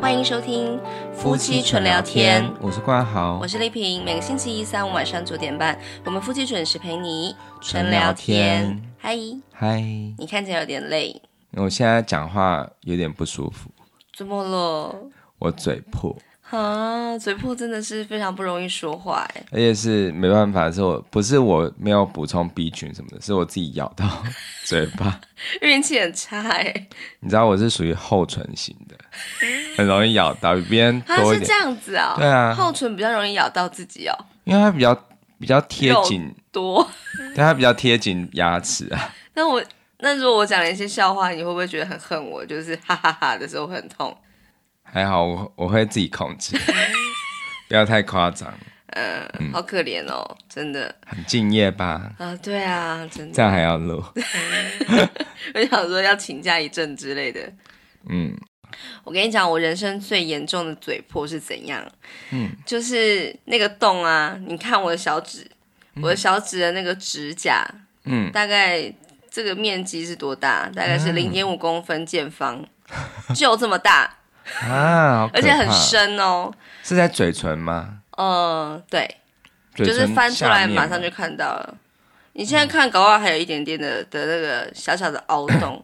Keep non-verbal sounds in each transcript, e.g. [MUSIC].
欢迎收听夫妻纯聊天，我是冠豪，我是丽萍。每个星期一、三、五晚上九点半，我们夫妻准时陪你纯聊天。嗨，嗨，你看起来有点累，我现在讲话有点不舒服，怎么了？我嘴破，啊，嘴破真的是非常不容易说话哎。而且是没办法，是我不是我没有补充 B 群什么的，是我自己咬到 [LAUGHS] 嘴巴。运气很差哎，你知道我是属于厚唇型 [LAUGHS] 的，很容易咬到，比别人啊多一是点这，样子啊、对啊厚唇比较容易咬到自己哦，因为它比较比较贴紧，多。 [LAUGHS] 对它比较贴紧牙齿啊。那我那如果我讲了一些笑话，你会不会觉得很恨我？就是哈哈哈的时候会很痛。还好我我会自己 [LAUGHS] 控制，不要太夸张，嗯，好可怜哦，真的很敬业吧。啊，对啊，真的这。样还要录，我想说要请假一阵之类的。嗯，我跟你讲，我人生最严重的嘴破是怎样？嗯，就是那个洞啊，你看我的小指，我的小指的那个指甲，嗯，大概这个面积是多大？大概是零点五公分见方，就这么大，啊，好可而且很怕，深哦。是在嘴唇吗？嗯，对，嘴就是唇翻出下来面嗯马吗上就看到了。你现在看，搞不好还有一点点的的那个小小的凹洞，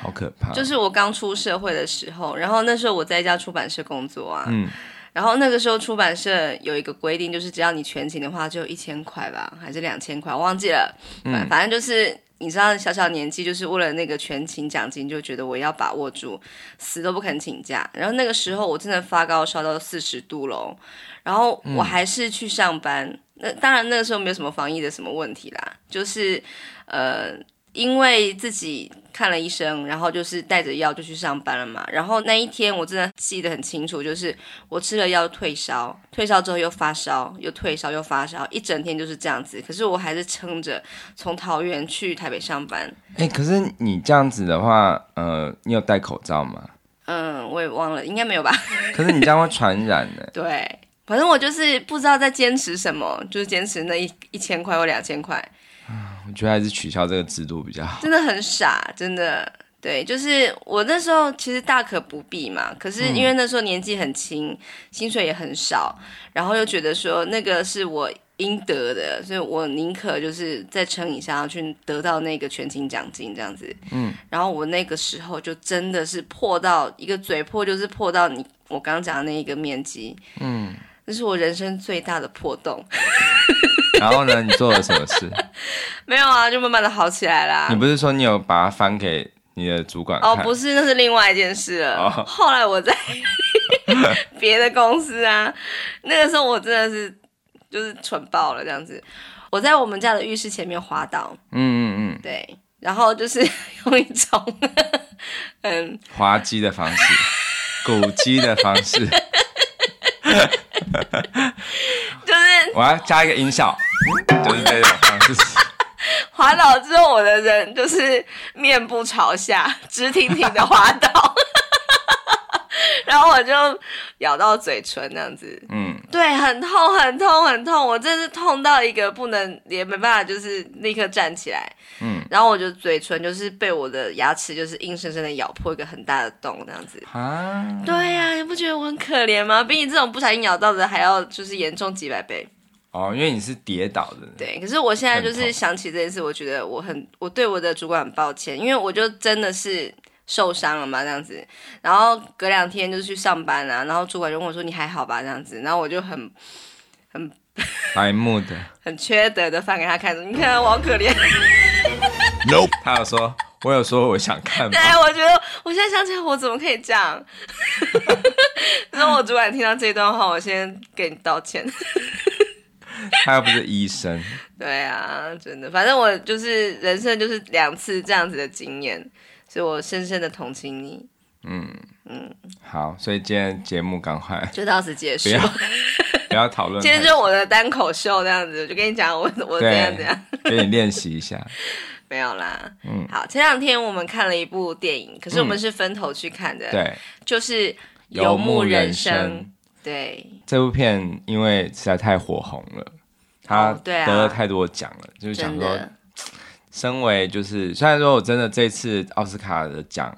好可怕，就是我刚出社会的时候，然后那时候我在一家出版社工作啊，嗯然后那个时候出版社有一个规定，就是只要你全勤的话，就一千块吧，还是两千块，忘记了，反反正就是。你知道小小年纪就是为了那个全勤奖金，就觉得我要把握住，死都不肯请假。然后那个时候我真的发高烧到四十度喽，然后我还是去上班。那当然那个时候没有什么防疫的什么问题啦，就是呃，因为自己看了医生，然后就是带着药就去上班了嘛。然后那一天我真的记得很清楚，就是我吃了药退烧，退烧之后又发烧，又退烧又发烧，一整天就是这样子。可是我还是撑着从桃园去台北上班。哎、可是你这样子的话，呃，你有戴口罩吗？嗯，我也忘了，应该没有吧？可是你这样会传染欸呢、对，反正我就是不知道在坚持什么，就是坚持那一一千块或两千块， [LAUGHS] 我觉得还是取消这个制度比 [LAUGHS] 较好。真的很傻，真的。对，就是我那时候其实大可不必嘛，可是因为那时候年纪很轻，薪水也很少，然后又觉得说那个是我应得的，所以我宁可就是再撑一下，去得到那个全勤奖金这样子。嗯，然后我那个时候就真的是破到一个嘴破，就是破到你我刚讲的那一个面积。嗯，这是我人生最大的破洞。 [LAUGHS] 然后呢，你做了什么事？没有啊，就慢慢的好起来啦。你不是说你有把它翻给你的主管看？哦，不是，那是另外一件事了。哦后来 [LAUGHS] 我在别的公司啊，那个时候我真的是就是蠢爆了这样子。我在我们家的浴室前面滑倒，嗯嗯嗯，对，然后就是 [LAUGHS] 用一种嗯滑稽的方式，古鸡的方式， [LAUGHS] 就是我要加一个音效，就是这种方式。滑倒之后，我的人就是面部朝下，直挺挺的滑倒，然后我就咬到嘴唇那样子，嗯，对，很痛，很痛，很痛，我真是痛到一个不能，也没办法，就是立刻站起来。嗯，然后我就嘴唇就是被我的牙齿就是硬生生的咬破一个很大的洞，这样子。啊，对呀、你不觉得我很可怜吗？比你这种不小心咬到的还要就是严重几百倍。哦，因为你是跌倒的，对，可是我现在就很是痛想起这件事，我觉得我很，我对我的主管很抱歉，因为我就真的是受伤了嘛，这样子。然后隔两天就去上班啊，然后主管就问我说：“你还好吧？”这样子，然后我就很白目的。很缺德的翻给他看，你看我好可怜。 [LAUGHS] Nope，他有说，我有说我想看吗对？，我觉得我现在想起来，我怎么可以这样？ [LAUGHS] 然后我主管听到这段话，我先给你道歉。他又不是医生。对啊，真的，反正我就是人生就是两次这样子的经验，所以我深深的同情你。好，所以今天节目赶快 [LAUGHS] 就到此结束不。要不要讨论今天太就我的单口秀这样子，我就跟你讲我我怎样对怎样，给你练习 [LAUGHS] 一下。没有啦。嗯，好，前两天我们看了一部电影，可是我们是分头去看的，，嗯对，就是《游牧牧人人生对，这部片因为实在太火红了，它哦对啊得了太多奖了，就是想真说，的，身为就是虽然说我真的这次奥斯卡的奖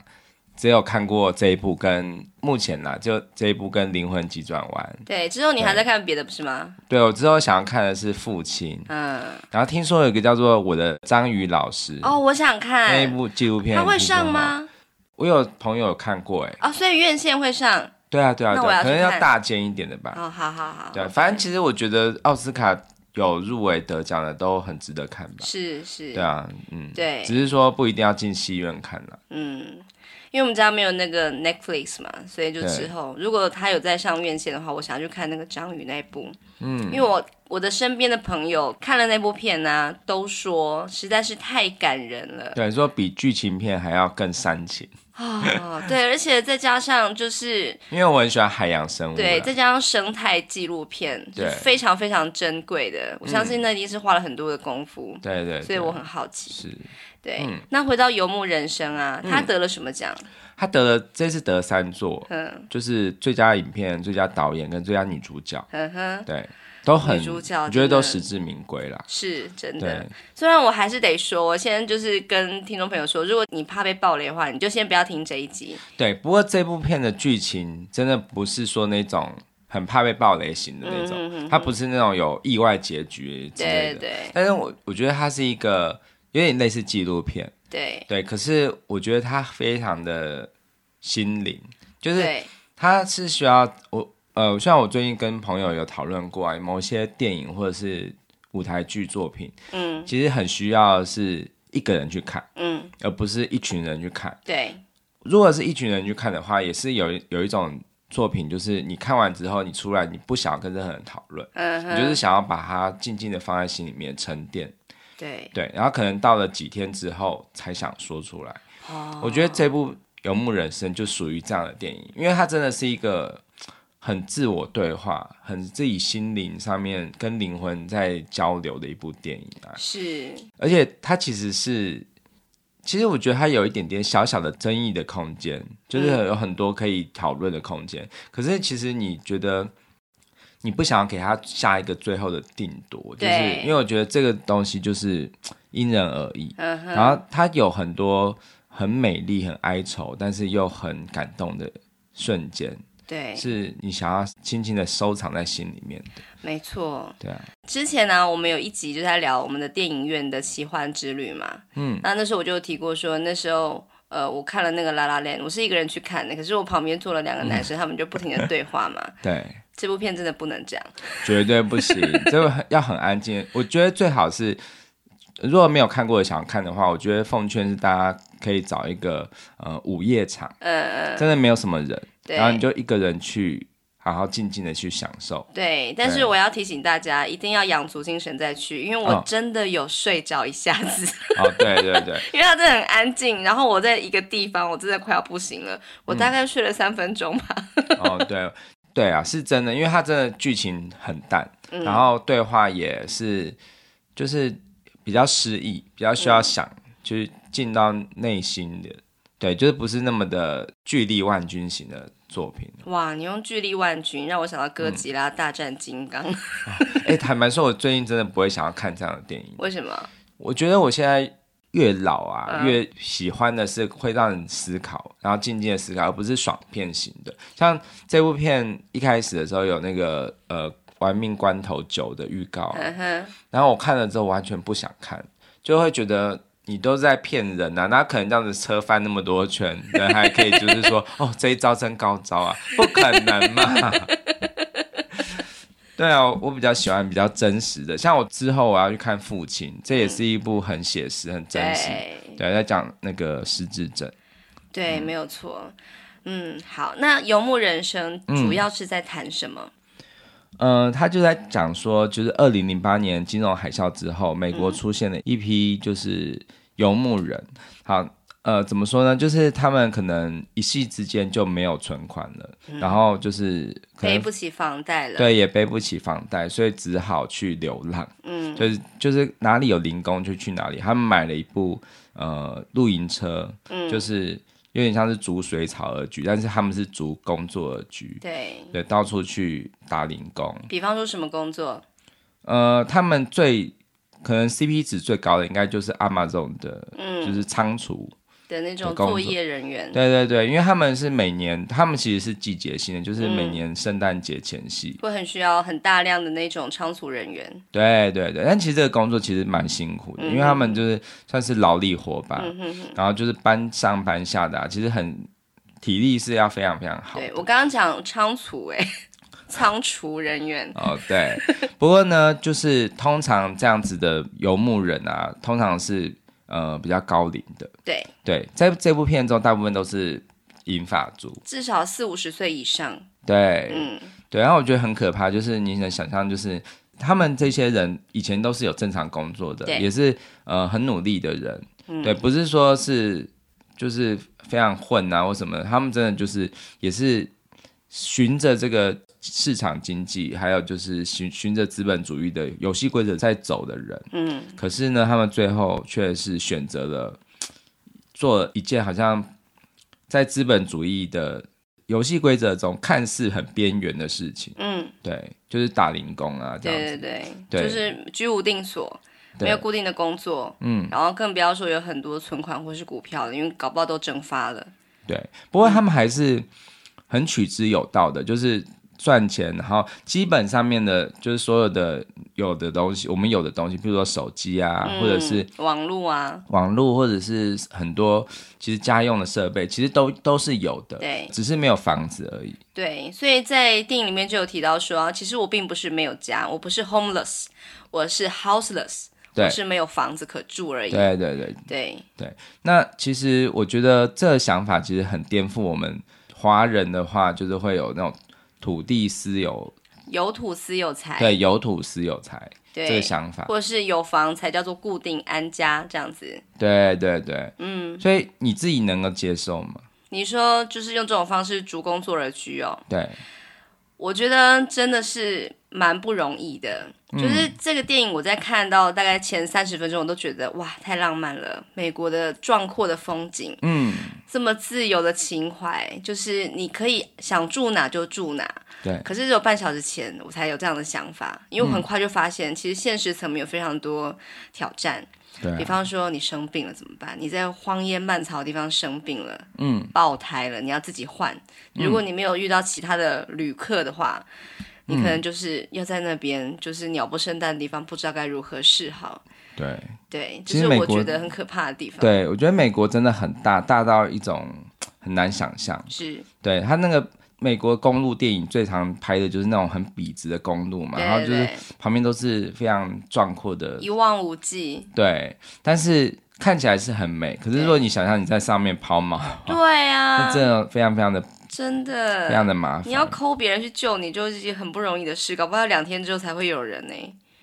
只有看过这一部跟目前啦，就这一部跟《灵魂急转弯》。对，之后你还在看别的不是吗？对我之后想要看的是《父亲》，嗯，然后听说有一个叫做《我的章鱼老师》哦，我想那一看，部纪录片，它会上？吗？我有朋友有看过、欸，哎，哦，所以院线会上。对啊，对啊，那对我要啊，去可能要看大间一点的吧。哦，好好好，对，啊反正其实我觉得奥斯卡有入围得奖的都很值得看吧。是是，对啊，嗯，对只是说不一定要进戏院看了。嗯，因为我们家没有那个 Netflix 嘛，所以就对之后如果他有在上院线的话，我想去看那个章鱼那一部，嗯因为我我的身边的朋友看了那部片呢、啊都说实在是太感人了对，说比剧情片还要更煽情，啊、对，而且再加上就是因为我很喜欢海洋生物啦。对，再加上生态纪录片，就对非常非常珍贵的，我相信那一定是花了很多的功夫，对对，所以对我很好奇。是对，那回到游牧人生啊，嗯他得了什么奖？他得了这次得了三座，嗯就是最佳影片、最佳导演跟最佳女主角，哼哼，对，都很，嗯女主角我觉得真都的实至名归啦。是真的对。，虽然我还是得说，我现在就是跟听众朋友说，如果你怕被暴雷的话，你就先不要听这一集。对，不过这部片的剧情真的不是说那种很怕被暴雷型的那种，它不是那种有意外结局之类嗯对的。对但是我我觉得它是一个有点类似纪录片，对对。可是我觉得它非常的心灵，就是对，它是需要我呃，像我最近跟朋友有讨论过啊，某些电影或者是舞台剧作品，嗯其实很需要是一个人去看，嗯，而不是一群人去看。对如果是一群人去看的话，也是有一有一种作品，就是你看完之后，你出来你不想要跟任何人讨论，嗯你就是想要把它静静的放在心里面沉淀，对对，然后可能到了几天之后才想说出来。哦我觉得这部《游牧人生》就属于这样的电影，因为它真的是一个很自我对话、很自己心灵上面跟灵魂在交流的一部电影啊。是，而且它其实是，其实我觉得它有一点点小小的争议的空间，就是嗯有很多可以讨论的空间。可是其实你觉得，你不想要给它下一个最后的定夺，就是对因为我觉得这个东西就是嘖因人而异。嗯哼，然后它有很多很美丽、很哀愁，但是又很感动的瞬间，对，是你想要轻轻的收藏在心里面的。没错。对啊，之前呢、我们有一集就在聊我们的电影院的奇幻之旅嘛。嗯，那那时候我就有提过说，那时候呃，我看了那个《拉拉链》，我是一个人去看的，可是我旁边坐了两个男 [LAUGHS] 生，他们就不停的对话嘛。对。这部片真的不能这样。绝对 [LAUGHS] 不行，这个很要很安静。我觉得最好是，如果没有看过的想要看的话，我觉得奉劝是大家可以找一个呃午夜场，嗯、真的没有什么人，对。然后你就一个人去，好好静静的去享受。对，但是对我要提醒大家，一定要养足精神再去，因为我嗯真的有睡着一下子， [LAUGHS] 哦，对对对，因为它真的很安静。然后我在一个地方，我真的快要不行嗯了，我大概睡了三分钟吧。哦对对啊，是真的，因为它真的剧情很淡，嗯然后对话也是就是比较诗意，比较需要想，嗯就是进到内心的，对，就是不是那么的巨力万钧型的作品。哇，你用巨力万钧让我想到哥吉拉大战金刚， [LAUGHS] 哎、坦白说，我最近真的不会想要看这样的电影。为什么？我觉得我现在越老啊，嗯越喜欢的是会让人思考，然后静静的思考，而不是爽片型的。像这部片一开始的时候有那个呃《玩命关头九》的预告啊、嗯哼，然后我看了之后完全不想看，就会觉得。你都在骗人啊！那可能这样子车翻那么多圈，人还可以就是说，哦，这一招真高招啊，不可能嘛！ [LAUGHS] 对啊，我比较喜欢比较真实的，像我之后我要去看《父亲》，这也是一部很写实、很真实，对对，在讲那个失智症。对，没有错。嗯，好，那游牧人生主要是在谈什么？嗯，他就在讲说，就是二零零八年金融海啸之后，美国出现了一批就是游牧人。好，呃，怎么说呢？就是他们可能一夕之间就没有存款了，然后就是可嗯背能不起房贷了。对也背不起房贷，所以只好去流浪。嗯，就是就是哪里有零工就去哪里。他们买了一部呃露营车，嗯就是有点像是逐水草而居，但是他们是逐工作而居，对，对，到处去打零工。比方说什么工作？呃，他们最可能 CP 值最高的应该就是 Amazon 的，就是仓储嗯的那种的工作作业人员，对对对，因为他们是每年，他们其实是季节性的，就是每年圣诞节前夕。会很需要很大量的那种仓储人员。对对对，但其实这个工作其实蛮辛苦的，因为他们就是算是劳力活吧，嗯然后就是搬上搬下的、啊，其实很体力是要非常非常好的对我刚刚讲仓储、欸，哎， [LAUGHS] 仓储人员，哦，对。不过呢，就是通常这样子的游牧人啊，通常是呃比较高龄的。对，对，在这部片中，大部分都是银发族。至少四五十岁以上。对，嗯，对。然后我觉得很可怕，就是你能想象，就是他们这些人以前都是有正常工作的，对嗯也是呃很努力的人。对，不是说是就是非常混啊或什么的，他们真的就是也是循着这个市场经济，还有就是循循着资本主义的游戏规则在走的人。嗯，可是呢，他们最后却是选择了做一件好像在资本主义的。游戏规则中看似很边缘的事情，嗯，对，就是打零工啊这样对子，对对，就对是居无定所，对没有固定的工作，嗯，然后更不要说有很多存款或是股票了，因为搞不好都蒸发了。对，不过他们还是很取之有道的，就是赚钱，然后基本上面的，就是所有的有的东西，我们有的东西，比如说手机啊，或者是嗯网络啊，网络，或者是很多其实家用的设备，其实都都是有的，对只是没有房子而已。对，所以在电影里面就有提到说啊，其实我并不是没有家，我不是 homeless，我是 houseless，对我是没有房子可住而已。对对对，对那其实我觉得这个想法其实很颠覆我们华人的话，就是会有那种土地私有，有土司有财，对，有土私有财哎对这个想法。或是有房才叫做固定安家这样子。对对对，嗯，所以你自己能够接受吗？你说就是用这种方式逐工作而居哦，对我觉得真的是蛮不容易的。嗯就是这个电影，我在看到大概前三十分钟，我都觉得哇，太浪漫了！美国的壮阔的风景，嗯，这么自由的情怀，就是你可以想住哪就住哪。对可是只有半小时前，我才有这样的想法，因为我很嗯快就发现，其实现实层面有非常多挑战。对比啊，方说，你生病了怎么办？你在荒烟蔓草的地方生病了，嗯，爆胎了，你要自己换。如嗯果你没有遇到其他的旅客的话，你可能嗯就是要在那边就是鸟不生蛋的地方，不知道该如何是好。对对，其这实是美我国觉得很可怕的地方。，对，我觉得美国真的很大，大到一种很难想象。是，对他那个美国公路电影最常拍的就是那种很笔直的公路嘛，对然后就是对旁边都是非常壮阔的一望无际。对，但是看起来是很美。可是如果你想象你在上面抛锚，对啊 [LAUGHS] 那，真的非常非常的真非的。常的麻烦。你要抠别人去救你，就是一件很不容易的事，搞不好两天之后才会有人呢、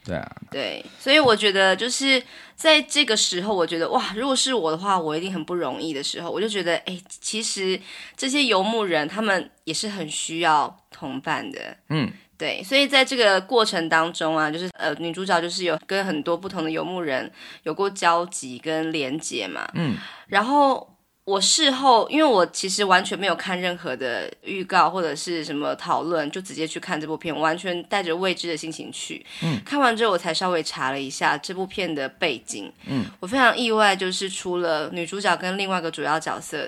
对啊，对，所以我觉得就是在这个时候，我觉得哇，如果是我的话，我一定很不容易的时候，我就觉得，哎，其实这些游牧人他们也是很需要同伴的，嗯，对，所以在这个过程当中啊，就是呃，女主角就是有跟很多不同的游牧人有过交集跟连结嘛，嗯，然后。我事后，因为我其实完全没有看任何的预告或者是什么讨论，就直接去看这部片，我完全带着未知的心情去。看完之后，我才稍微查了一下这部片的背景。嗯，我非常意外，就是除了女主角跟另外一个主要角色，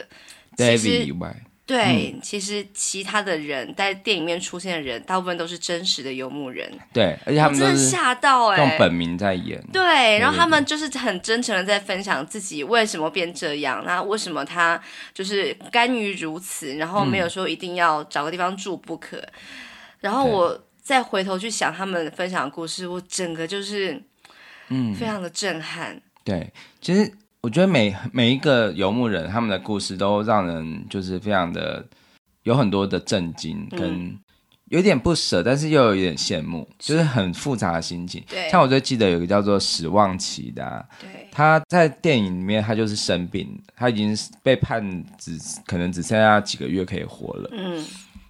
其实 David 以外，对，嗯其实其他的人在电影里面出现的人，大部分都是真实的游牧人。对，而且他我们真都的是吓到哎、用本名在演。对，然后对他们就是很真诚的在分享自己为什么变这样，那为什么他就是甘于如此，然后没有说一定要找个地方住不可。然后对我再回头去想他们分享的故事，我整个就是，嗯，非常的震撼。对，其实我觉得每每一个游牧人他们的故事都让人就是非常的有很多的震惊嗯跟。有点不舍，但是又有点羡慕，就是很复杂的心情。对像我最记得有一个叫做史旺奇的啊、对，他在电影里面他就是生病，他已经被判只可能只剩下几个月可以活了。嗯，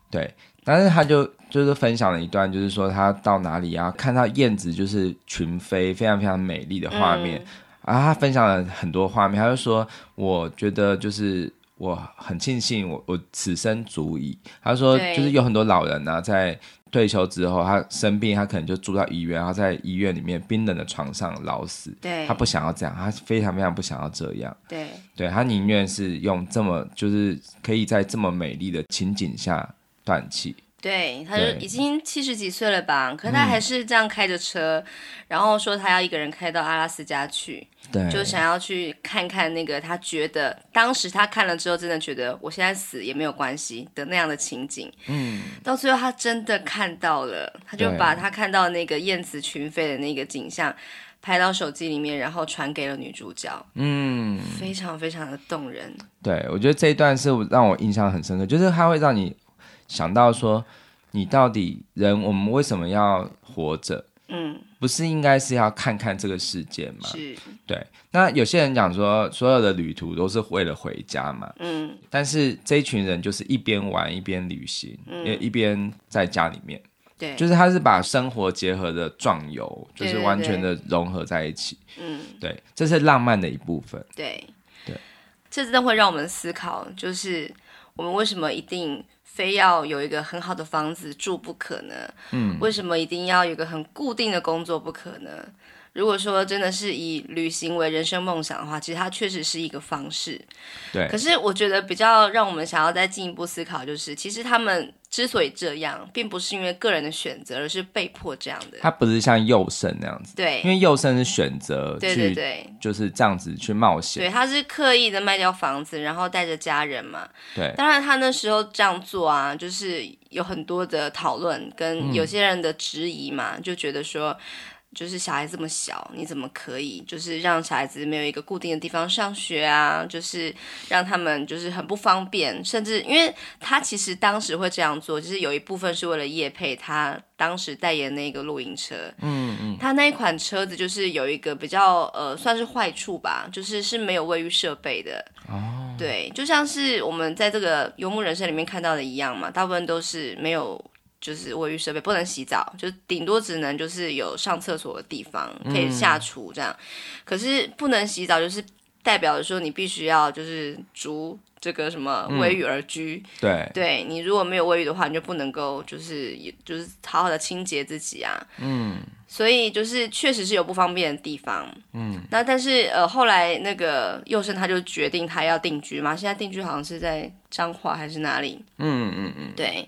对，但是他就就是分享了一段，就是说他到哪里啊，看到燕子就是群飞，非常非常美丽的嗯画面。啊，他分享了很多画面，他就说，我觉得就是我很庆幸我我此生足矣。他说，对就是有很多老人呢、在退休之后，他生病，他可能就住到医院，然后在医院里面冰冷的床上老死。对他不想要这样，他非常非常不想要这样。对，对他宁愿是用这么，就是可以在这么美丽的情景下断气。对，他就对嗯已经七十几岁了吧，可是他还是这样开着车，然后说他要一个人开到阿拉斯加去，对，就想要去看看那个他觉得当时他看了之后，真的觉得我现在死也没有关系的那样的情景。嗯，到最后他真的看到了，他就对把他看到那个燕子群飞的那个景象拍到手机里面，然后传给了女主角，嗯，非常非常的动人。对我觉得这一段是让我印象很深刻，就是它会让你想到说，你到底人我们为什么要活着？嗯，不是应该是要看看这个世界吗？是，对，那有些人讲说，所有的旅途都是为了回家嘛，嗯，但是这一群人就是一边玩一边旅行，也一边在家里面，嗯对，就是他是把生活结合的壮游，就是对对完全的融合在一起。嗯。对，这是浪漫的一部分。对，对，这真的会让我们思考，就是我们为什么一定非要有一个很好的房子住不可呢？嗯，为什么一定要有一个很固定的工作不可呢？如果说真的是以旅行为人生梦想的话，其实它确实是一个方式。对可，是我觉得比较让我们想要再进一步思考，就是其实他们之所以这样，并不是因为个人的选择，而是被迫这样的。它不是像右胜那样子，因对，为右胜是选择对对去对，就是这样子去冒险。对，他是刻意的卖掉房子，然后带着家人嘛。对当然，他那时候这样做啊，就是有很多的讨论，跟有些人的质疑嘛，就觉得说，就是小孩这么小，你怎么可以啊就是让小孩子没有一个固定的地方上学啊？就是让他们就是很不方便，甚至因为他其实当时会这样做，就是有一部分是为了叶配他当时代言那个露营车，它那一款车子就是有一个比较呃，算是坏处吧，就是是没有卫浴设备的。哦，对，就像是我们在这个游牧人生里面看到的一样嘛，大部分都是没有。就是卫浴设备不能洗澡，就顶多只能就是有上厕所的地方可以下厨这样，可是不能洗澡就是代表着说你必须要就是逐这个什么卫浴而居，对对你如果没有卫浴的话，你就不能够就是也就是好好的清洁自己啊。嗯，所以就是确实是有不方便的地方。嗯，那但是呃后来那个佑生他就决定他要定居嘛，现在定居好像是在彰化还是哪里？嗯嗯嗯，对。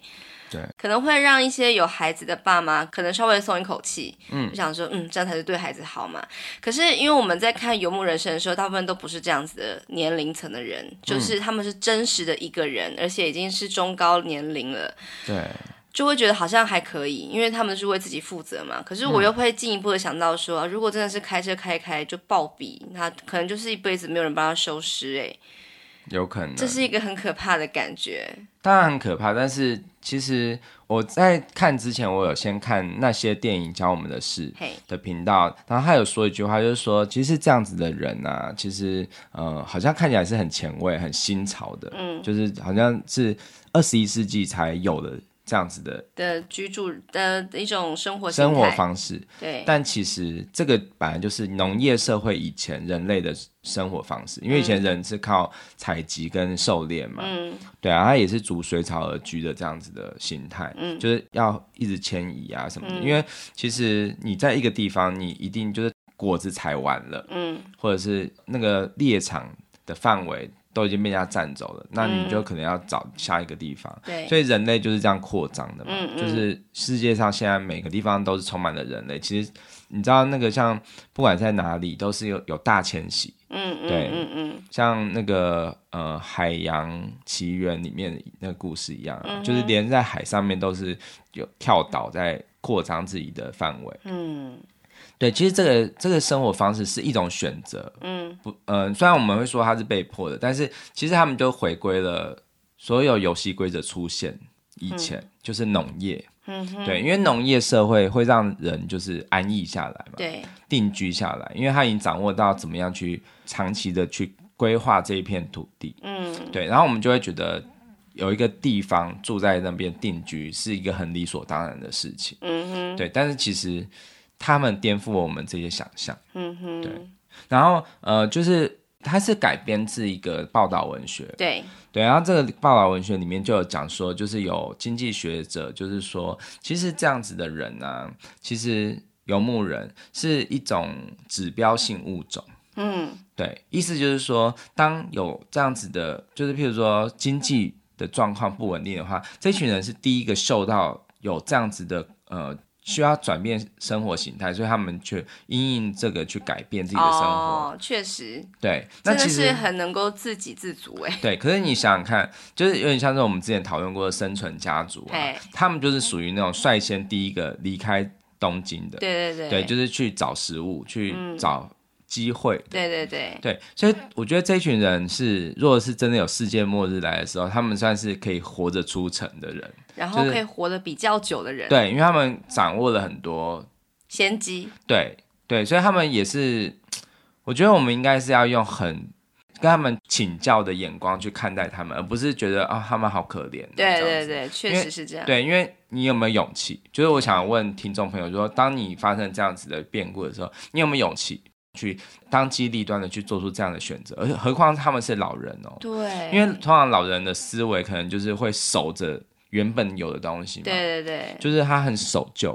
对，可能会让一些有孩子的爸妈可能稍微松一口气，嗯，就想说，嗯，这样才是对孩子好嘛。可是因为我们在看《游牧人生》的时候，大部分都不是这样子的年龄层的人，就是他们是真实的一个人，而且已经是中高年龄了，对就会觉得好像还可以，因为他们是为自己负责嘛。可是我又嗯会进一步的想到说，如果真的是开车开一开就暴毙，那可能就是一辈子没有人帮他收尸、欸，有可能。这是一个很可怕的感觉。当然很可怕，但是其实我在看之前，我有先看那些电影教我们的事嘿，的频道，然后他有说一句话，就是说，其实这样子的人啊，其实呃，好像看起来是很前卫、很新潮的，嗯，就是好像是二十一世纪才有的这样子的的居住的一种生活心态生活方式，对但其实这个本来就是农业社会以前人类的生活方式，因为以前人是靠采集跟狩猎嘛，嗯对啊，它也是逐水草而居的这样子的心态，嗯就是要一直迁移啊什么的。嗯因为其实你在一个地方，你一定就是果子采完了，嗯或者是那个猎场的范围都已经被人家占走了，那你就嗯可能要找下一个地方。对所以人类就是这样扩张的嘛，嗯嗯就是世界上现在每个地方都是充满了人类。其实你知道那个像不管在哪里都是有有大迁徙，嗯嗯对嗯嗯像那个呃《海洋奇缘》里面的那个故事一样啊、嗯哼就是连在海上面都是有跳岛在扩张自己的范围。嗯对，其实这个这个生活方式是一种选择，嗯不，嗯、虽然我们会说它是被迫的，但是其实他们就回归了所有游戏规则出现以前，就是农业。嗯哼，对，因为农业社会会让人就是安逸下来嘛，对定居下来，因为他已经掌握到怎么样去长期的去规划这一片土地。嗯对，然后我们就会觉得有一个地方住在那边定居是一个很理所当然的事情。嗯哼对，但是其实他们颠覆了我们这些想象。嗯哼，然后呃，就是它是改编自一个报道文学，对，对，然后这个报道文学里面就有讲说，就是有经济学者，就是说，其实这样子的人呢、其实游牧人是一种指标性物种。嗯，对，意思就是说，当有这样子的，就是譬如说经济的状况不稳定的话，这群人是第一个受到有这样子的呃需要转变生活形态，所以他们去因应这个去改变自己的生活。哦，确实，对，那真的其实是很能够自给自足哎、对，可是你想想看，就是有点像是我们之前讨论过的生存家族、[LAUGHS] 啊嘿，他们就是属于那种率先第一个离开东京的，对对对，对，就是去找食物，去找机会的。对对对，对，所以我觉得这群人是，如果是真的有世界末日来的时候，他们算是可以活着出城的人，然后就是可以活得比较久的人，对，因为他们掌握了很多，先机，对对，所以他们也是，我觉得我们应该是要用很跟他们请教的眼光去看待他们，而不是觉得啊、他们好可怜哦，对这样对子对，确实是这样。对，因为你有没有勇气？就是我想问听众朋友说，当你发生这样子的变故的时候，你有没有勇气去当机立断的去做出这样的选择？而且何况他们是老人哦，对，因为通常老人的思维可能就是会守着原本有的东西嘛，对对对，就是他很守旧。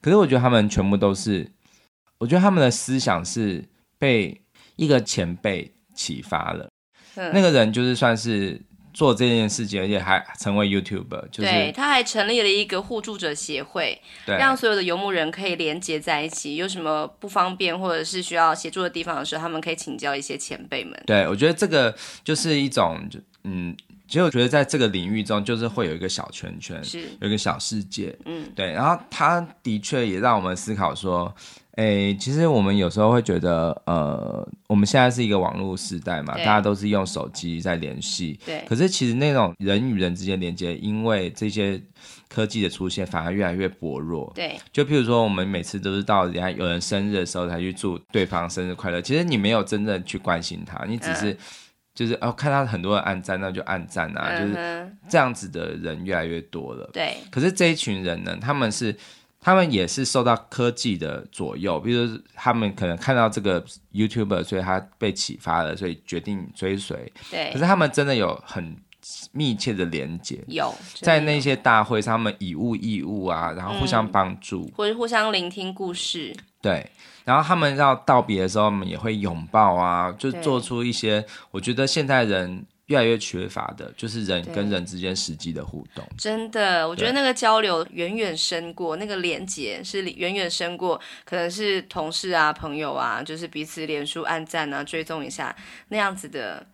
可是我觉得他们全部都是，我觉得他们的思想是被一个前辈启发了。嗯那个人就是算是做这件事情，而且还成为 YouTuber，就是对，他还成立了一个互助者协会，对让所有的游牧人可以连接在一起。有什么不方便或者是需要协助的地方的时候，他们可以请教一些前辈们。对，我觉得这个就是一种，就嗯，其实我觉得在这个领域中，就是会有一个小圈圈，是，有一个小世界，嗯，对。然后它的确也让我们思考说，诶，其实我们有时候会觉得，呃，我们现在是一个网络时代嘛，大对家都是用手机在联系，对可是其实那种人与人之间连接，因为这些科技的出现，反而越来越薄弱。对就譬如说，我们每次都是到人家有人生日的时候才去祝对方生日快乐，其实你没有真正去关心他，你只是、就是哦，看到很多人按赞，那就按赞啊，就嗯嗯是哼，这样子的人越来越多了。对可是这一群人呢，他们是。他们也是受到科技的左右，比如说他们可能看到这个 YouTuber，所以他被启发了，所以决定追随。可是对，他们真的有很密切的连接，有在真的那有些大会上，他们以物易物啊，然后互相帮助。或者互相聆听故事，对，然后他们要道别的时候，我们也会拥抱啊，就对做出一些我觉得现代人越来越缺乏的，就是人对跟人之间实际的互动。真的，我觉得对那个交流远远胜过那个连接，是远远胜过可能是同事啊、朋友啊，就是彼此脸书按赞啊、追踪一下那样子的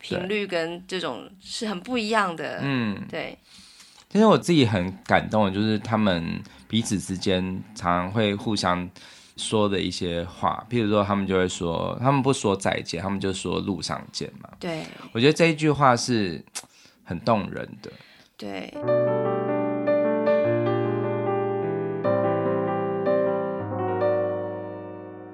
嘖频率跟这种是很不一样的。嗯，对，其实我自己很感动的就是他们彼此之间常常会互相说的一些话，譬如说他们就会说，他们不说再见，他们就说路上见嘛。对，我觉得这一句话是很动人的。对。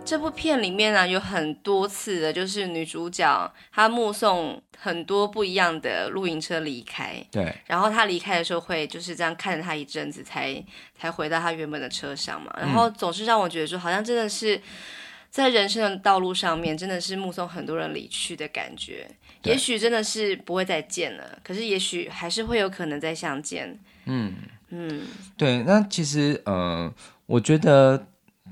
这部片里面呢、啊有很多次的，就是女主角她目送很多不一样的露营车离开，对，然后他离开的时候会就是这样看着他一阵子才，才回到他原本的车上嘛。然嗯后总是让我觉得说，好像真的是在人生的道路上面，真的是目送很多人离去的感觉。对也许真的是不会再见了，可是也许还是会有可能再相见。嗯对，那其实，呃，我觉得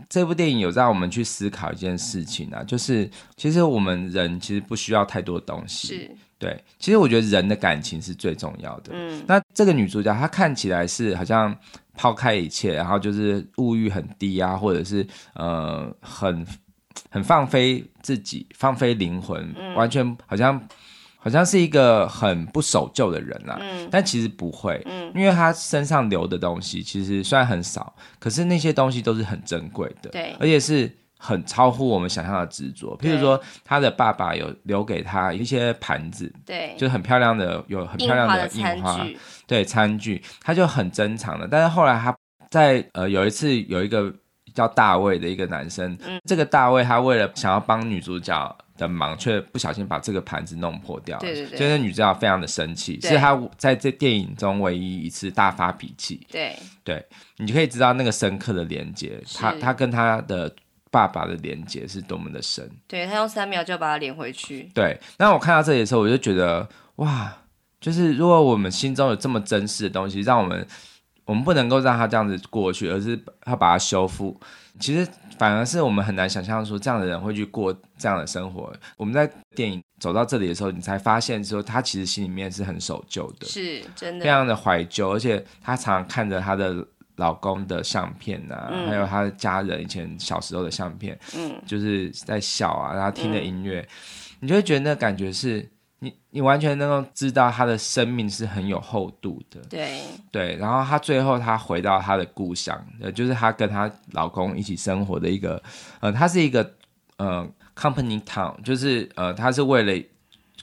这部电影有让我们去思考一件事情啊，就是其实我们人其实不需要太多东西。是，对，其实我觉得人的感情是最重要的。嗯，那这个女主角她看起来是好像抛开一切，然后就是物欲很低啊，或者是呃很很放飞自己、放飞灵魂，嗯完全好像好像是一个很不守旧的人啊。嗯但其实不会，因为她身上留的东西其实虽然很少，可是那些东西都是很珍贵的，对而且是。很超乎我们想象的执着，譬如对说，她的爸爸有留给她一些盘子，对，就是很漂亮的，有很印漂亮花的的印餐花，具，对餐具，他就很珍藏的。但是后来他在呃有一次有一个叫大卫的一个男生，嗯这个大卫他为了想要帮女主角的忙，却不小心把这个盘子弄破掉了，对对对所以那女主角非常的生气，对是她在这电影中唯一一次大发脾气。对对，你就可以知道那个深刻的连接，他是他跟他的。爸爸的连接是多么的深。对他用三秒就要把它连回去，对，那我看到这里的时候，我就觉得哇，就是如果我们心中有这么真实的东西，让我们我们不能够让它这样子过去，而是要把它修复。其实反而是我们很难想象说这样的人会去过这样的生活。我们在电影走到这里的时候，你才发现说他其实心里面是很守旧的，是真非的，常的怀旧，而且她常常看着她的老公的相片啊，嗯还有她的家人以前小时候的相片，嗯，就是在笑啊，然后听着嗯音乐，你就会觉得那感觉是你，你完全能够知道她的生命是很有厚度的，对，对。然后她最后她回到她的故乡，呃，就是她跟她老公一起生活的一个，呃，她是一个呃 company town，就是呃，她是为了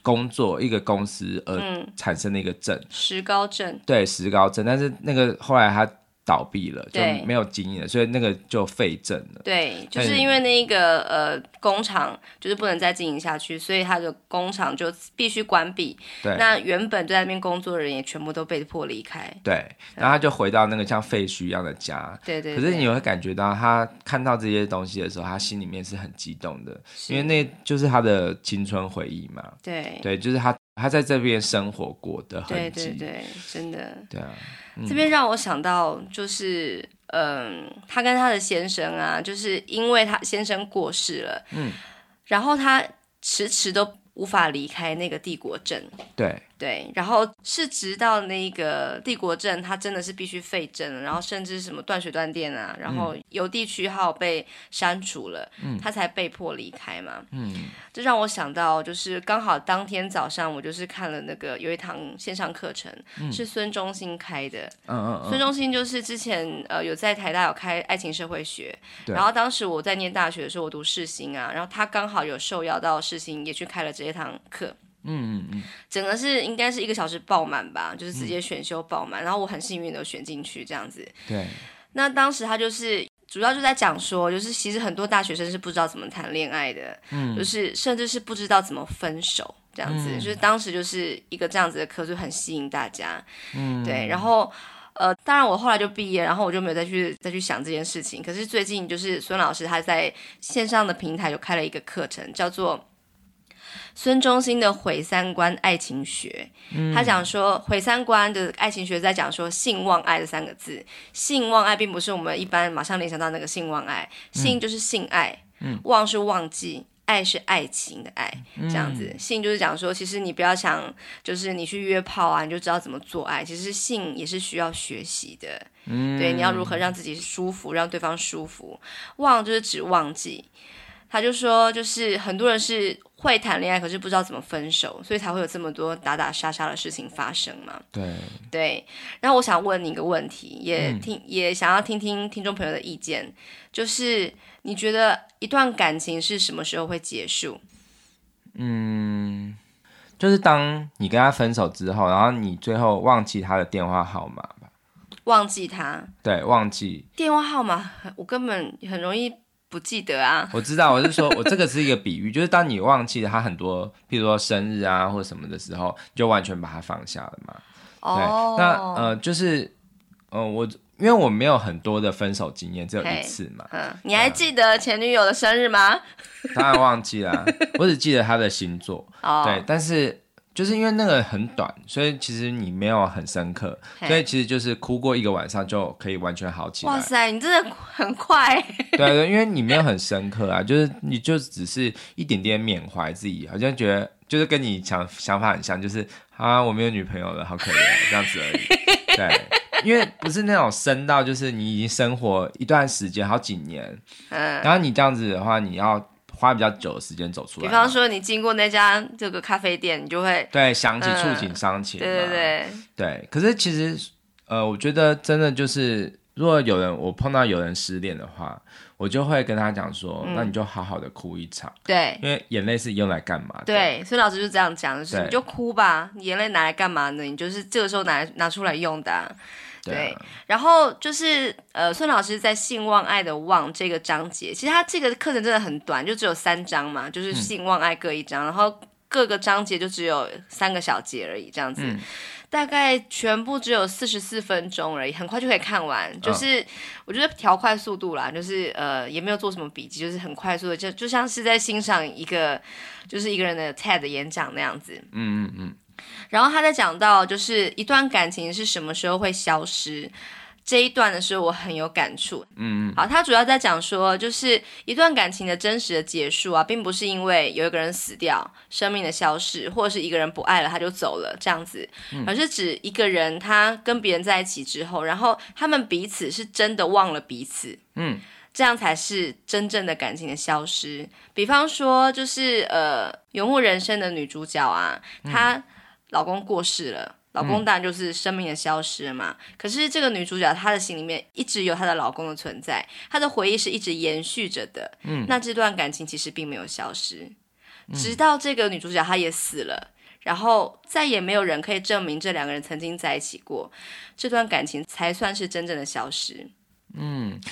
工作一个公司而嗯，产生的一个镇。石膏症，对石膏镇，但是那个后来它倒闭了，就对没有经营了，所以那个就废镇了。对，就哎是因为那个呃工厂就是不能再经营下去，所以他的工厂就必须关闭。对那原本就在那边工作的人也全部都被迫离开。对，然后他就回到那个像废墟一样的家。对对可对，是你会感觉到他看到这些东西的时候，他心里面是很激动的，是因为那就是他的青春回忆嘛。对对，就是他他在这边生活过的对痕迹。对对，真的，对啊，这边让我想到就是。嗯，她跟她的先生啊，就是因为她先生过世了，嗯，然后她迟迟都无法离开那个帝国镇，对对，然后是直到那个帝国镇，它真的是必须废镇了，然后甚至什么断水断电啊，然后邮地区号被删除了，他才被迫离开嘛。嗯，这让我想到，就是刚好当天早上，我就是看了那个有一堂线上课程，是孙中兴开的，嗯嗯孙中兴就是之前呃有在台大有开爱情社会学，对然后当时我在念大学的时候，我读世新啊，然后他刚好有受邀到世新，也去开了这一堂课。嗯嗯嗯，整个是应该是一个小时爆满吧，就是直接选修爆满，然后我很幸运的选进去这样子。嗯，对那当时他就是主要就在讲说，就是其实很多大学生是不知道怎么谈恋爱的，就是甚至是不知道怎么分手这样子，就是当时就是一个这样子的课，就很吸引大家，嗯，对，然后。呃，当然，我后来就毕业，然后我就没有再去再去想这件事情。可是最近就是孙老师他在线上的平台有开了一个课程，叫做孙中兴的毁三观爱情学，他讲说毁三观的爱情学在讲说性望爱这三个字，性望爱并不是我们一般马上联想到那个性望爱，性就是性爱，忘是忘记。爱是爱情的爱，这样子。性就是讲说，其实你不要想，就是你去约炮啊，你就知道怎么做爱。其实性也是需要学习的，对，你要如何让自己舒服，让对方舒服。忘就是指忘记，他就说，就是很多人是会谈恋爱，可是不知道怎么分手，所以才会有这么多打打杀杀的事情发生嘛。对，对，然后我想问你一个问题，也嗯听、也想要听听听众朋友的意见，就是你觉得一段感情是什么时候会结束？就是当你跟他分手之后，然后你最后忘记他的电话号码吧？忘记他对，忘记。电话号码，我根本很容易不记得啊。我知道，我是说，我这个是一个比喻，就是当你忘记了他很多，譬如说生日啊或什么的时候，你就完全把它放下了嘛。对，哦，那呃，就是呃，我因为我没有很多的分手经验，只有一嘿次嘛，嗯，你还记得前女友的生日吗？当然忘记啦，我只记得他的星座。 [LAUGHS] 哦，对，但是就是因为那个很短，所以其实你没有很深刻，嘿所以其实就是哭过一个晚上就可以完全好起来哇。塞，你真的很快， [LAUGHS] 对啊对，因为你没有很深刻啊，就是你就只是一点点缅怀自己，好像觉得就是跟你想想法很像，就是啊我没有女朋友了，好可怜哦这样子而已。对，因为不是那种深到就是你已经生活一段时间好几年，嗯。然后你这样子的话，你要花比较久的时间走出来比嘛。方说，你经过那家这个咖啡店，你就会，对，想起触嗯景伤情、对嘛。对对，对，可是其实，呃，我觉得真的就是，如果有人我碰到有人失恋的话，我就会跟他讲说，嗯那你就好好的哭一场，对因为眼泪是用来干嘛的？，对，孙老师就这样讲，就是对你就哭吧，你眼泪拿来干嘛呢？你就是这个时候拿来拿出来用的啊、对啊然后就是呃，孙老师在性望爱的望这嗯个章节，其实他这个课程真的很短，就只有三章嘛，就是性望爱各一章，然后。各个章节就只有三个小节而已，这样子，嗯大概全部只有四十四分钟而已，很快就可以看完。就是、嗯我觉得调快速度啦，就是呃也没有做什么笔记，就是很快速的，就就像是在欣赏一个就是一个人的 TED 演讲那样子。嗯嗯嗯，然后他在讲到就是一段感情是什么时候会消失。这一段的时候，我很有感触。嗯好，他主要在讲说，就是一段感情的真实的结束啊，并不是因为有一个人死掉、生命的消逝，或者是一个人不爱了他就走了这样子，嗯而是指一个人他跟别人在一起之后，然后他们彼此是真的忘了彼此，嗯，这样才是真正的感情的消失。比方说，就是呃，《永护人生》的女主角啊，嗯她老公过世了。老公当然就是生命的消失了嘛。可是这个女主角她的心里面一直有她的老公的存在，她的回忆是一直延续着的。嗯，那这段感情其实并没有消失，直到这个女主角她也死了，然后再也没有人可以证明这两个人曾经在一起过，这段感情才算是真正的消失。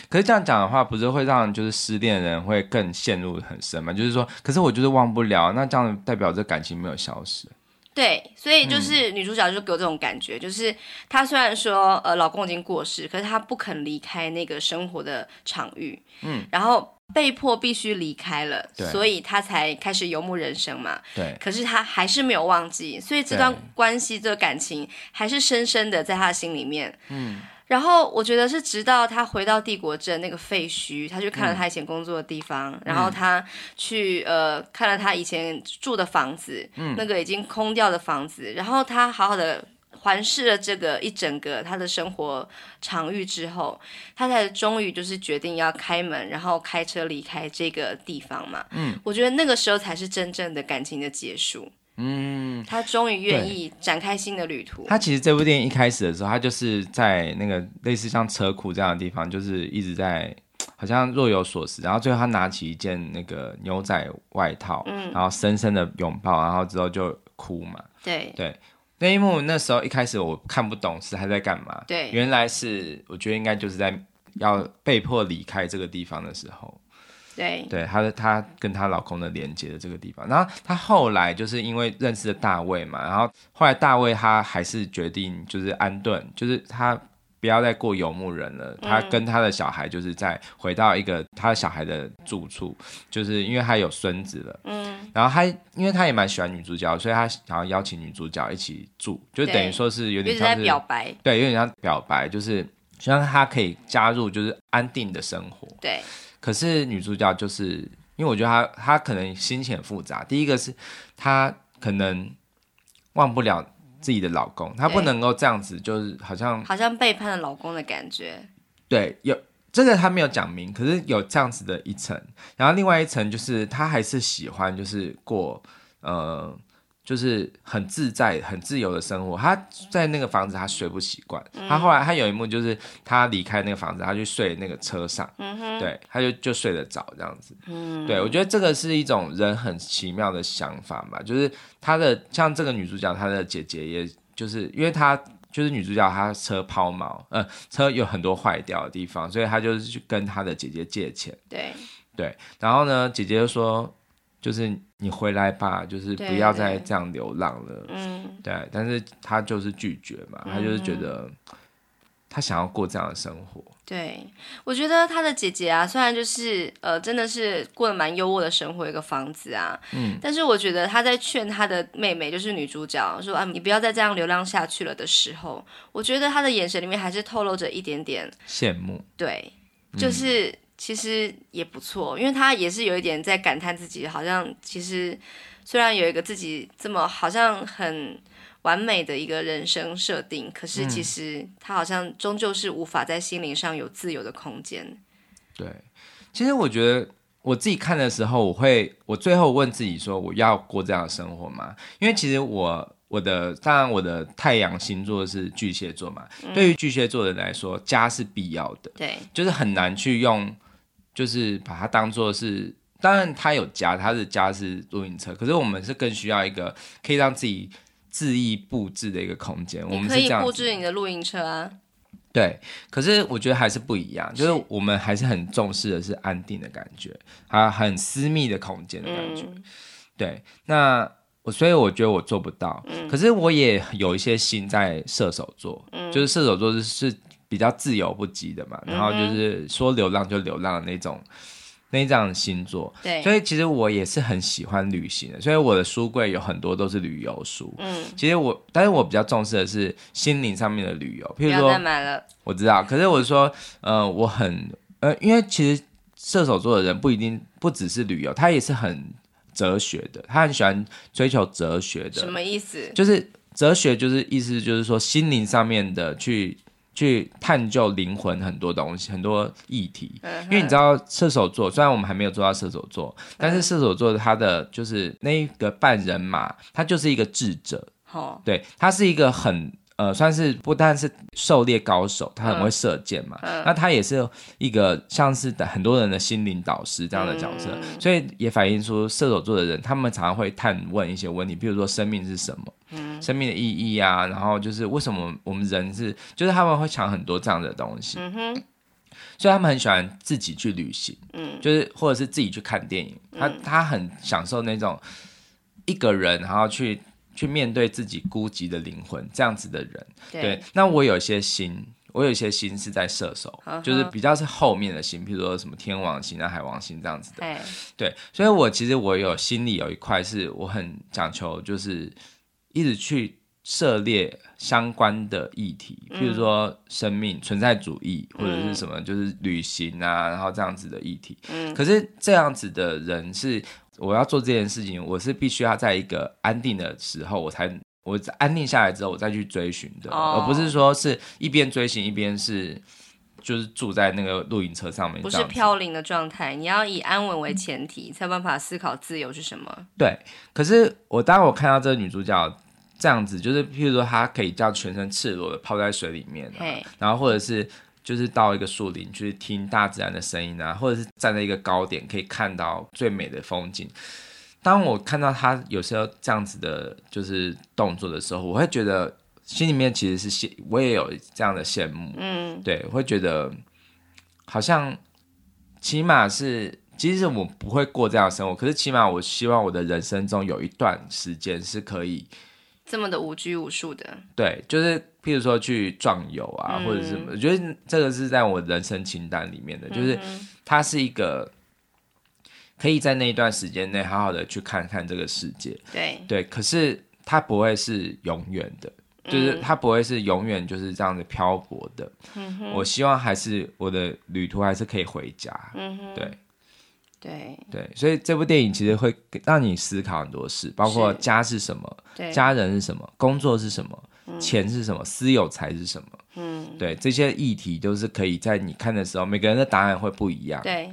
可是这样讲的话，不是会让就是失恋的人会更陷入很深吗？就是说，可是我就是忘不了，那这样代表这感情没有消失。对，所以就是女主角就给我这种感觉，就是她虽然说呃老公已经过世，可是她不肯离开那个生活的场域，嗯，然后被迫必须离开了，对所以她才开始游牧人生嘛。对，可是她还是没有忘记，所以这段对关系、这个感情还是深深的在她的心里面，嗯。然后我觉得是直到她回到帝国镇那个废墟，她去看嗯了她以前工作的地方，然后她去呃看了她以前住的房子，嗯那个已经空掉的房子，然后他好好的环视了这个一整个他的生活场域之后，他才终于就是决定要开门，然后开车离开这个地方嘛。嗯，我觉得那个时候才是真正的感情的结束。嗯，他终于愿意展开新的旅途。他其实这部电影一开始的时候，他就是在那个类似像车库这样的地方，就是一直在好像若有所思，然后最后他拿起一件那个牛仔外套，然后深深的拥抱，然后之后就哭嘛。对那一幕那时候一开始我看不懂是他在干嘛，对原来是我觉得应该就是在要被迫离开这个地方的时候，对对她的她跟她老公的连接的这个地方。然后她后来就是因为认识了大卫嘛，然后后来大卫他还是决定就是安顿，就是他不要再过游牧人了，他跟他的小孩就是在回到一个他的小孩的住处，就是因为他有孙子了，嗯，然后他因为他也蛮喜欢女主角，所以他想要邀请女主角一起住，就等于对说是有一点直像在是表白。对，有点像表白，就是希望他可以加入就是安定的生活，对可是女主角就是因为我觉得她她可能心情很复杂，第一个是她可能忘不了自己的老公，她不对能够这样子，就是好像好像背叛了老公的感觉。对有这个她没有讲明，可是有这样子的一层，然后另外一层就是她还是喜欢就是过呃。就是很自在、很自由的生活。她在那个房子，她睡不习惯。嗯她后来，她有一幕就是她离开那个房子，她去睡那个车上。嗯哼，对，他就就睡得着这样子。嗯，对我觉得这个是一种人很奇妙的想法嘛，就是她的像这个女主角，她的姐姐也就是因为她。就是女主角她车抛锚，呃，车有很多坏掉的地方，所以她就是去跟她的姐姐借钱。对然后呢，姐姐就说，就是你回来吧，就是不对要再对这样流浪了。嗯，对，但是她就是拒绝嘛，她就是觉得她想要过这样的生活。对，我觉得她的姐姐啊，虽然就是呃，真的是过得蛮优渥的生活，有一个房子啊，嗯，但是我觉得她在劝她的妹妹，就是女主角说啊，你不要再这样流浪下去了的时候，我觉得她的眼神里面还是透露着一点点，羡慕，对，嗯就是。其实也不错，因为她也是有一点在感叹自己，好像其实虽然有一个自己这么好像很完美的一个人生设定，可是嗯其实她好像终究是无法在心灵上有自由的空间。对，其实我觉得我自己看的时候，我会我最后问自己说，我要过这样的生活吗？因为其实我我的当然我的太阳星座是巨蟹座嘛，嗯对于巨蟹座的人来说，家是必要的，对就是很难去用，就是把它当做是。当然，他有家，他的家是露营车，可是我们是更需要一个可以让自己恣意布置的一个空间。我你们可是这以样布子置你的露营车啊，对，可是我觉得还是不一样，就是是我们还是很重视的是安定的感觉，还有很私密的空间的感觉。嗯，对，那我所以我觉得我做不到，可是我也有一些心在射手座，嗯就是射手座是是比较自由不羁的嘛，然后就是说流浪就流浪的那种那种星座，对，所以其实我也是很喜欢旅行的，所以我的书柜有很多都是旅游书。嗯，其实我，但是我比较重视的是心灵上面的旅游，不譬如要再说，买了，我知道，可是我说，呃，我很，呃，因为其实射手座的人不一定不只是旅游，他也是很哲学的，他很喜欢追求哲学什的，么意思？就是哲学就是意思就是说心灵上面的去去探究灵魂很多东西，很多议题。嗯因为你知道射手座，虽然我们还没有做到射手座，但嗯是射手座他的就是那一个半人马，他就是一个智者，好，对，他是一个很呃，算是不但是狩猎高手，他很会射箭嘛，那他也是一个像是很多人的心灵导师这样的角色，所以也反映出射手座的人，他们常常会探问一些问题，比如说生命是什么。生命的意义啊，然后就是为什么我们人是，就是他们会想很多这样的东西，嗯哼，所以他们很喜欢自己去旅行，嗯就是或者是自己去看电影，他他很享受那种一个人，然后去去面对自己孤寂的灵魂这样子的人。对，那我有一些心，我有一些心是在射手，嗯哼就是比较是后面的心，譬如说什么天王星啊、海王星这样子的。哎，对，所以我其实我有心里有一块是我很讲求，就是一直去涉猎相关的议题，比嗯如说生命、存在主义或者是什么，就是旅行啊，然后这样子的议题。 [LAUGHS] 嗯可是这样子的人是，我要做这件事情，我是必须要在一个安定的时候，我才。我安定下来之后，我再去追寻的，哦而不是说是一边追寻一边是就是住在那个露营车上面，不这是样子飘零的状态，你要以安稳为前提，才有办法思考自由是什么。对，可是我当我看到这个女主角这样子，就是譬如说她可以这样全身赤裸的泡在水里面、啊嘿，然后或者是就是到一个树林去听大自然的声音啊，或者是站在一个高点可以看到最美的风景。当我看到她有时候这样子的，就是动作的时候，我会觉得心里面其实是羡，我也有这样的羡慕，嗯，对，会觉得好像起码是，即使我不会过这样的生活，可是起码我希望我的人生中有一段时间是可以，这么的无拘无束的，对，就是譬如说去壮游啊，嗯嗯或者是什么，我觉得这个是在我人生清单里面的，就是它是一个可以在那一段时间内好好的去看看这个世界，对，对，可是它不会是永远的，就是嗯它不会是永远就是这样子漂泊的。我希望还是我的旅途还是可以回家。嗯哼，对对对，所以这部电影其实会让你思考很多事，包括是家是什么，对，家人是什么，工作是什么，钱是什么，私有财是什么。嗯，对，这些议题都是可以在你看的时候，每个人的答案会不一样。对，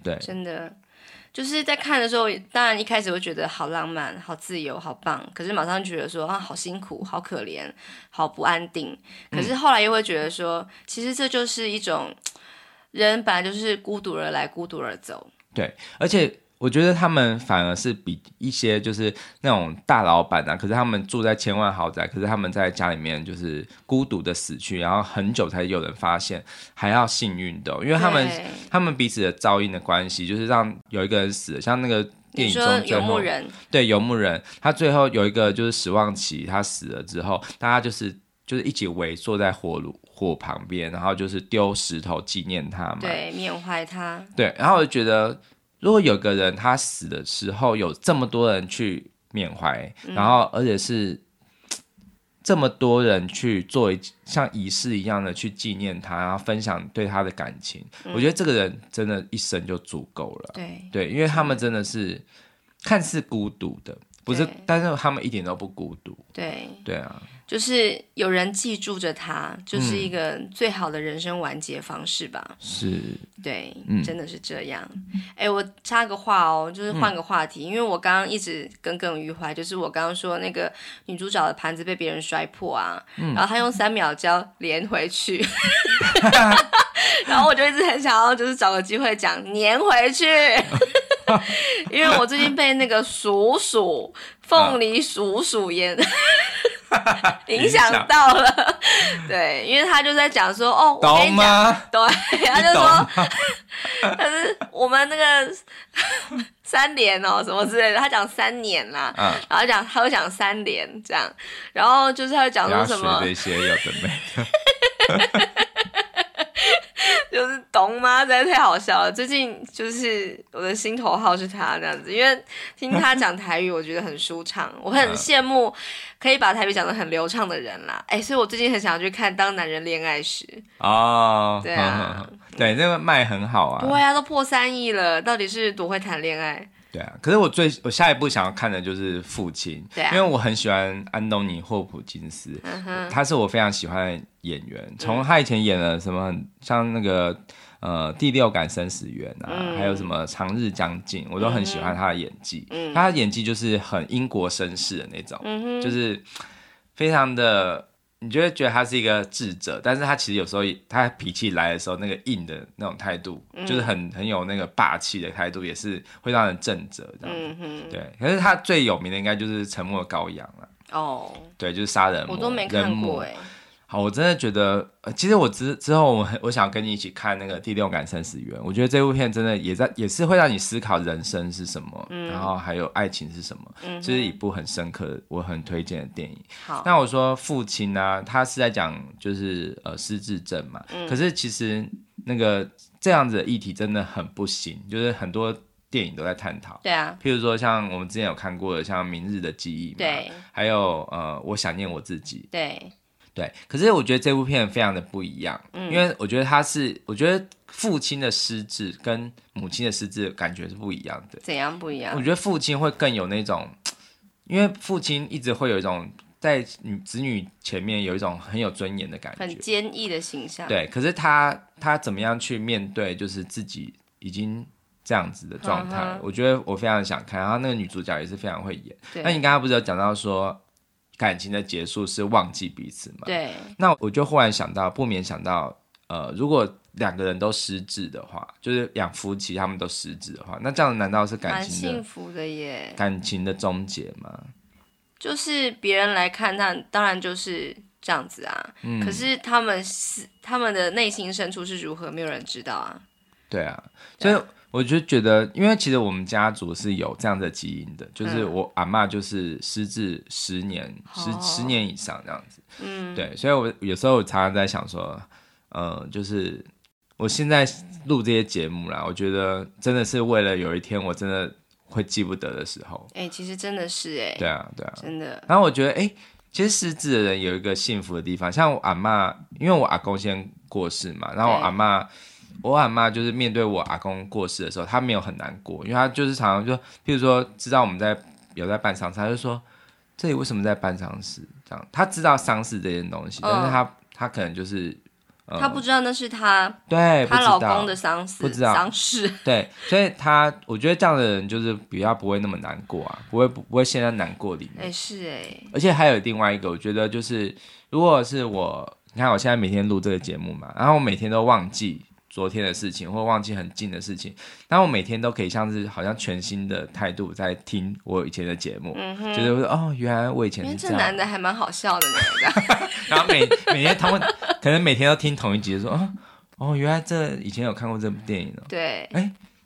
对真的。就是在看的时候，当然一开始会觉得好浪漫、好自由、好棒，可是马上觉得说啊，好辛苦、好可怜、好不安定。嗯可是后来又会觉得说，其实这就是一种人本来就是孤独而来，孤独而走。而且我觉得他们反而是比一些就是那种大老板啊，可是他们住在千万豪宅，可是他们在家里面就是孤独的死去，然后很久才有人发现，还要幸运的哦、因为他们对他们彼此的噪音的关系，就是让有一个人死了，像那个。你电影中说最游后牧人，对游牧人，他最后有一个就是史旺奇，他死了之后，大家就是就是一起围坐在火炉火旁边，然后就是丢石头纪念他嘛。对，缅怀他，对，然后我就觉得，如果有个人他死的时候有这么多人去缅怀，嗯然后而且是嘖这么多人去做一像仪式一样的去纪念他，然后分享对他的感情，嗯我觉得这个人真的一生就足够了。对，对，因为他们真的是看似孤独的，不是对，但是他们一点都不孤独。对，对啊，就是有人记住着他，就是一个最好的人生完结方式吧。是，对，嗯真的是这样。哎，我插个话哦，就是换个话题，因为我刚刚一直耿耿于怀，就是我刚刚说那个女主角的盘子被别人摔破啊，然后她用三秒胶连回 [LAUGHS] 去。然后我就一直很想要，就是找个机会讲粘回 [LAUGHS] 去，因为我最近被那个鼠鼠凤梨鼠鼠 [LAUGHS] 烟影响到了。对，因为他就在讲说，哦，我跟懂你讲， [LAUGHS] 吗？对，他就你懂说吗，我们那个 [LAUGHS] 三连哦，什么之类的。他讲三年啦，嗯然后讲他会讲三连这样，然后就是他会讲不要说什学么，这些有的没。就是懂吗？实在太好笑了。最近就是我的心头号是他这样子，因为听他讲台语，我觉得很舒 [LAUGHS] 畅。我很嗯羡慕可以把台语讲得很流畅的人啦。哎，所以我最近很想要去看《当男人恋爱时》。哦，对啊哼，哼哼 [LAUGHS] 对，那个卖很好啊，对啊，都破三亿了，到底是多会谈恋爱？对啊。可是我最我下一步想要看的就是《父亲》，对啊因为我很喜欢安东尼·霍普金斯，嗯哼，他是我非常喜欢的演员，从他以前演了什么很像那个呃《第六感生死缘》啊，嗯还有什么《长日将近》，我都很喜欢他的演技。嗯他的演技就是很英国绅士的那种，嗯哼，就是非常的，你就会觉得他是一个智者，但是他其实有时候他脾气来的时候，那个硬的那种态度，嗯就是很很有那个霸气的态度，也是会让人震慑这样子。嗯哼，对，可是他最有名的应该就是《沉默的羔羊》了。哦，对，就是杀人魔，我都没人看魔过哎，好，我真的觉得，呃、其实我之之后我很，我想跟你一起看那个《第六感三十元》，我觉得这部片真的也在也是会让你思考人生是什么，然后还有爱情是什么，嗯嗯哼这是一部很深刻的，我很推荐的电影。好，那我说父亲呢、他是在讲就是呃失智症嘛，嗯可是其实那个这样子的议题真的很不行，就是很多电影都在探讨。对啊，譬如说，像我们之前有看过的，像《明日的记忆》嘛，对还有呃，我想念我自己，对，对，可是我觉得这部片非常的不一样，嗯因为我觉得他是，我觉得父亲的失智跟母亲的失智感觉是不一样的。怎样不一样我？觉得父亲会更有那种，因为父亲一直会有一种在女子女前面有一种很有尊严的感很觉，坚毅的形象，对。可是他他怎么样去面对，就是自己已经这样子的状态，嗯哼我觉得我非常想看。然后那个女主角也是非常会演。对那你刚刚不是有讲到说感情的结束是忘记彼此吗？对，那我就忽然想到，不免想到，呃，如果两个人都失智的话，就是两夫妻他们都失智的话，那这样难道是感蛮情幸的福的耶。感情的终结吗？就是别人来看，那当然就是这样子啊。嗯可是他们是他们的内心深处是如何，没有人知道啊。对啊，所对啊以我就觉得，因为其实我们家族是有这样的基因的，就是嗯我阿嬷就是失智十年、十哦十年以上这样子。嗯，对，所以我有时候我常常在想说，呃，就是我现在录这些节目啦，我觉得真的是为了有一天我真的会记不得的时候。哎、其实真的是哎、对啊，对啊。真的，然后我觉得，哎、其实失智的人有一个幸福的地方，像我阿嬷，因为我阿公先过世嘛，然后我对阿嬷，我阿嬷就是面对我阿公过世的时候，她没有很难过，因为她就是常常就，譬如说知道我们在有在办丧事，她就说这里为什么在办丧事？这样，她知道丧事这件东西，嗯但是她她可能就是，呃、她不知道那是她对，不她知老道公的丧事不知道丧事。对，所以她我觉得这样的人就是比较不会那么难过啊，不会不不会陷在难过里面。哎、是哎、而且还有另外一个，我觉得就是，如果是我，你看我现在每天录这个节目嘛，然后我每天都忘记昨天的事情，或忘记很近的事情，但我每天都可以像是好像全新的态度在听我以前的节目，嗯哼。觉得说哦，原来我以前因为是这这男样，的还蛮好笑 [LAUGHS] 的呢，这样然后每每天同可能每天都听同一集，就说哦哦，原来这以前有看过这部电影哦，对，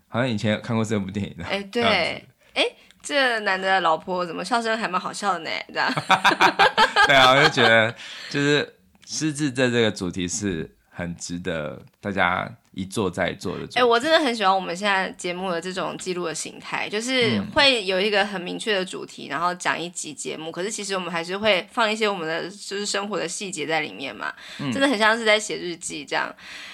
好像以前有看过这部电影哎、哦，对，这哎样、这男的老婆怎么笑声还蛮好笑的呢？这样， [LAUGHS] 对啊，我就觉得就是失智症这个主题是很值得大家一做再做的主题。哎、我真的很喜欢我们现在节目的这种记录的形态，就是会有一个很明确的主题，然后讲一集节目。可是其实我们还是会放一些我们的就是生活的细节在里面嘛，真的很像是在写日记这样。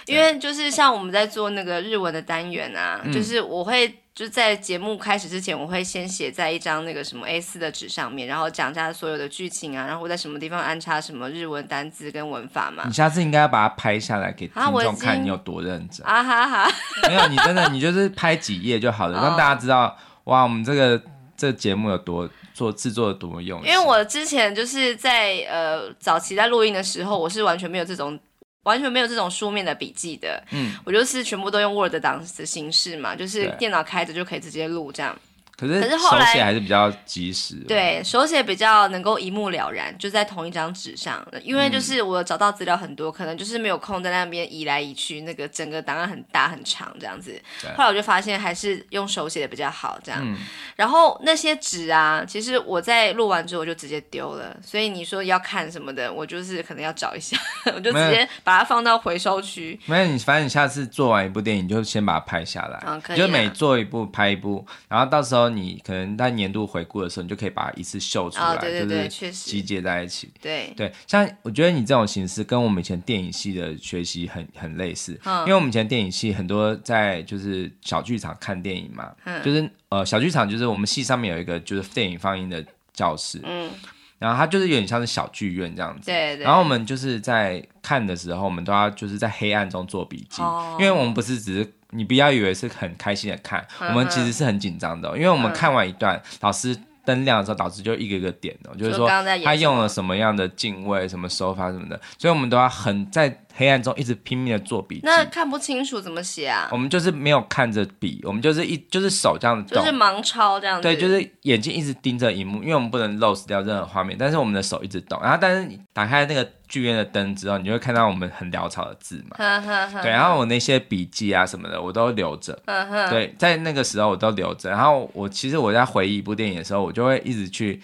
因为就是像我们在做那个日文的单元啊，就是我会。就在节目开始之前，我会先写在一张那个什么 A 4的纸上面，然后讲它所有的剧情啊，然后我在什么地方安插什么日文单字跟文法嘛你。下次应该要把它拍下来给听啊我已众看，经你有多认真。啊哈哈，没有，你真的你就是拍几页就好了，哦让大家知道哇，我们这个这节目有多做制作的多么用因心。为我之前就是在呃早期在录音的时候，我是完全没有这种。完全没有这种书面的笔记的，嗯，我就是全部都用 Word 档的形式嘛，就是对电脑开着就可以直接录这样。可是可是后手来写还是比较及时。，对，手写比较能够一目了然，就在同一张纸上。因嗯为就是我找到资料很多，可能就是没有空在那边移来移去，那个整个档案很大很长这样子对。嗯后来我就发现还是用手写的比较好这样。然后那些纸啊，其实我在录完之后我就直接丢了，所以你说要看什么的，我就是可能要找一下， [LAUGHS] 我就直没接把它放到回收区。没有你，反正你下次做完一部电影，你就先把它拍下来，嗯可以你就每啊做一部拍一部，然后到时候你可能在年度回顾的时候，你就可以把它一次秀出来，啊对对对就确是实集结在一起。对，对，像我觉得你这种形式跟我们以前电影系的学习很很类似，嗯因为我们以前电影系很多在就是小剧场看电影嘛，嗯就是呃小剧场就是我们系上面有一个就是电影放映的教室，嗯，然后它就是有点像是小剧院这样子，对对然后我们就是在看的时候，我们都要就是在黑暗中做笔记，哦因为我们不是只是。你不要以为是很开心的看，嗯我们其实是很紧张的哦、因为我们看完一段，老师灯亮的时候，老师就一个一个点哦、就是就说刚刚在演他什用么了什么样的敬畏、什么手法什么的，所以我们都要很在黑暗中一直拼命的做笔记。那看不清楚怎么写啊我？们就是没有看着笔，我们就是一就是手这样子就动，是盲抄这样子。对，就是眼睛一直盯着荧幕，因为我们不能 lose 掉任何画面，但是我们的手一直动。然后，但是你打开那个剧院的灯之后，你就会看到我们很潦草的字嘛。呵呵呵。对，然后我那些笔记啊什么的，我都留着。嗯哼，对，在那个时候我都留着。然后我其实我在回忆一部电影的时候，我就会一直去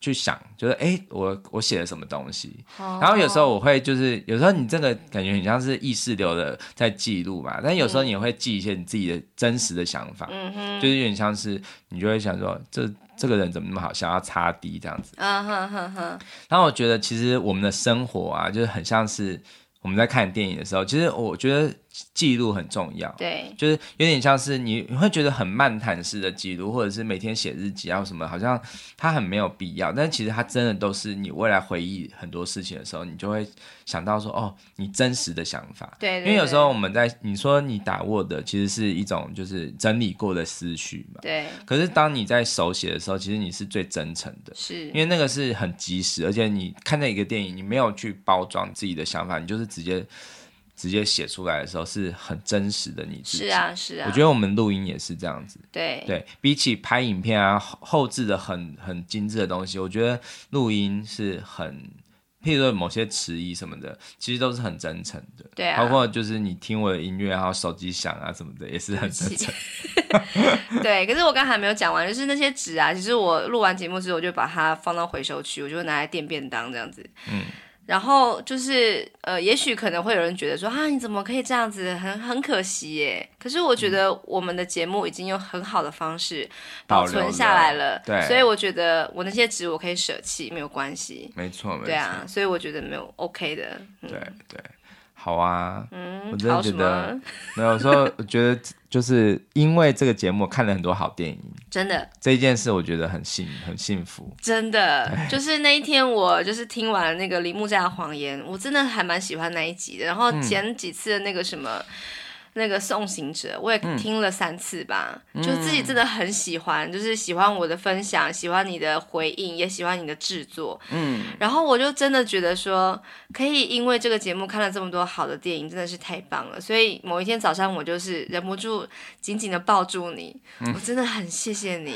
去想，就是诶，我我写了什么东西。哦然后有时候我会就是，有时候你这个感觉很像是意识流的在记录嘛，但有时候你也会记一些你自己的真实的想法，嗯哼，就是有点像是你就会想说，这这个人怎么那么好，想要擦低这样子。嗯哼哼哼，然后我觉得其实我们的生活啊，就是很像是我们在看电影的时候，其实我觉得记录很重要。对，就是有点像是你会觉得很漫谈式的记录，或者是每天写日记啊什么，好像它很没有必要。但其实它真的都是你未来回忆很多事情的时候，你就会想到说，哦，你真实的想法。对，对因为有时候我们在你说你打 Word 的其实是一种就是整理过的思绪嘛，对可是当你在手写的时候，其实你是最真诚的。是，因为那个是很及时，而且你看待一个电影，你没有去包装自己的想法，你就是直接直接写出来的时候是很真实的你自己。是啊是啊，我觉得我们录音也是这样子，对对比起拍影片啊后后置的很很精致的东西，我觉得录音是很，譬如说某些迟疑什么的，其实都是很真诚的。对啊包括就是你听我的音乐，然后手机响啊什么的，也是很真诚。 [LAUGHS] 对，可是我刚才还没有讲完，就是那些纸啊，其实我录完节目之后，我就把它放到回收区，我就拿来垫便当这样子。嗯。然后就是呃，也许可能会有人觉得说啊，你怎么可以这样子，很很可惜耶。可是我觉得我们的节目已经用很好的方式嗯保保存留下来了了，对所以我觉得我那些纸我可以舍弃，没有关系。没错，没错。对啊，嗯所以我觉得没有 OK 的。对对，好啊，嗯，我真好的觉什得么？没有说，我觉得就是因为这个节目看了很多好电影，真的这一件事我觉得很幸很幸福。真的，就是那一天我就是听完那个铃木家的谎言，我真的还蛮喜欢那一集的。然后前几次的那个什么。那个送行者，我也听了三次吧，就自己真的很喜欢，就是喜欢我的分享，喜欢你的回应，也喜欢你的制作，嗯，然后我就真的觉得说，可以因为这个节目看了这么多好的电影，真的是太棒了。所以某一天早上，我就是忍不住紧紧的抱住你，我真的很谢谢你，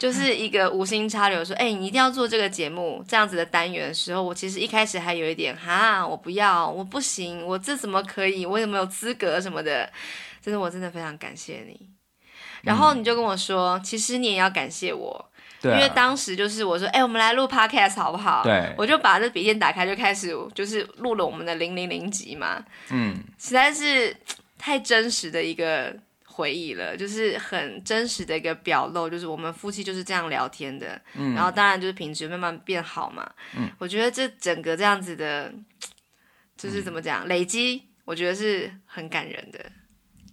就是一个无心插柳说，哎、你一定要做这个节目这样子的单元的时候，我其实一开始还有一点哈，我不要，我不行，我这怎么可以？我有没有资格什么的？真的，我真的非常感谢你。然后你就跟我说，其实你也要感谢我，嗯对、啊，因为当时就是我说，哎、我们来录 podcast 好不好？对我就把这笔电打开，就开始就是录了我们的零零零集嘛。嗯，实在是太真实的一个回忆了，就是很真实的一个表露，就是我们夫妻就是这样聊天的，嗯然后当然就是品质慢慢变好嘛。我觉得这整个这样子的，就是怎么嗯讲、累积，我觉得是很感人的。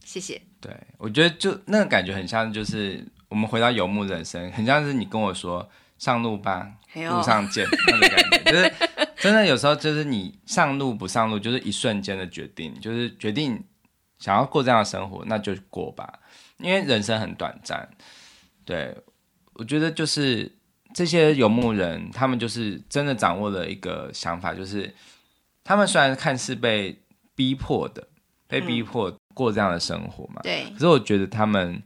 谢谢，对，我觉得就那个感觉很像，就是我们回到游牧人生，很像是你跟我说上路吧，哎呦路上见那个感觉，就是真的有时候就是你上路不上路，就是一瞬间的决定，就是决定想要过这样的生活，那就过吧，因为人生很短暂。对，我觉得就是这些游牧人，他们就是真的掌握了一个想法，就是他们虽然看似被嗯逼迫的，被逼迫过这样的生活嘛，对可是我觉得他们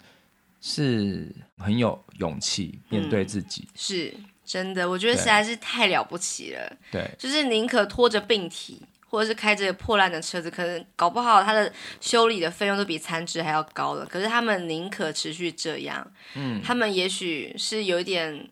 是很有勇气面对嗯自己，是真的，我觉得实在是太了不起了。对就是宁可拖着病体，或者是开着破烂的车子，可能搞不好他的修理的费用都比残值还要高了。可是他们宁可持续这样，嗯，他们也许是有一点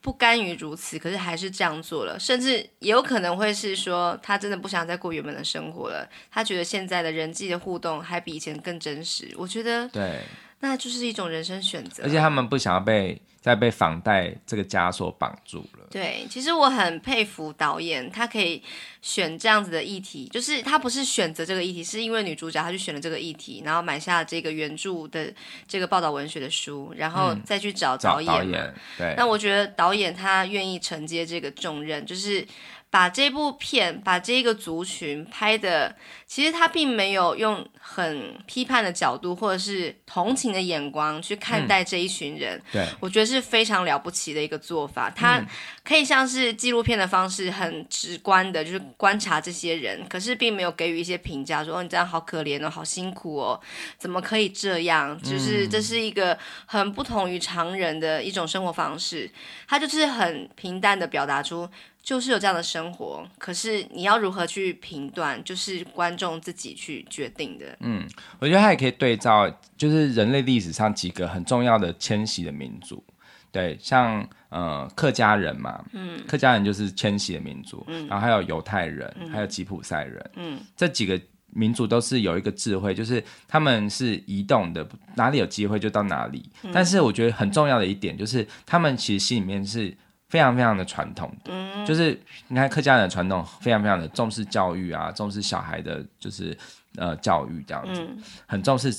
不甘于如此，可是还是这样做了，甚至也有可能会是说他真的不想再过原本的生活了，他觉得现在的人际的互动还比以前更真实。我觉得对，那就是一种人生选择，啊而且他们不想要被再被房贷这个枷锁绑住了。对，其实我很佩服导演，他可以选这样子的议题，就是他不是选择这个议题，是因为女主角她去选了这个议题，然后买下这个原著的这个报道文学的书，然后再去找嗯找导演嘛。导演，对，那我觉得导演他愿意承接这个重任，就是把这部片、把这个族群拍的，其实他并没有用很批判的角度或者是同情的眼光去嗯看待这一群人，对我觉得是非常了不起的一个做法。嗯它可以像是纪录片的方式，很直观的，就是观察这些人，可是并没有给予一些评价，说哦你这样好可怜哦，好辛苦哦，怎么可以这样？就是这是一个很不同于常人的一种生活方式。他就是很平淡的表达出，就是有这样的生活，可是你要如何去评断，就是观众自己去决定的。嗯我觉得它也可以对照，就是人类历史上几个很重要的迁徙的民族，对，像呃客家人嘛，嗯，客家人就是迁徙的民族，嗯，然后还有犹太人，还有吉普赛人，嗯，这几个民族都是有一个智慧，就是他们是移动的，哪里有机会就到哪里。但是我觉得很重要的一点就是，他们其实心里面是。非常非常的传统的，就是你看客家人的传统非常非常的重视教育啊，重视小孩的，就是呃教育这样子。很重视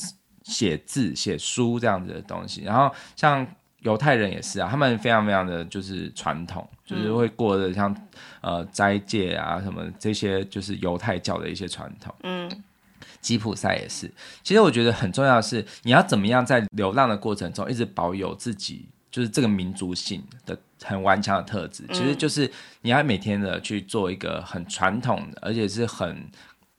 写字、写书这样子的东西。然后像犹太人也是啊，他们非常非常的就是传统，就是会过的像、呃斋戒啊什么这些，就是犹太教的一些传统。嗯，吉普赛也是。其实我觉得很重要的是，你要怎么样在流浪的过程中一直保有自己。就是这个民族性的很顽强的特质，其嗯实就是你要每天的去做一个很传统的，而且是很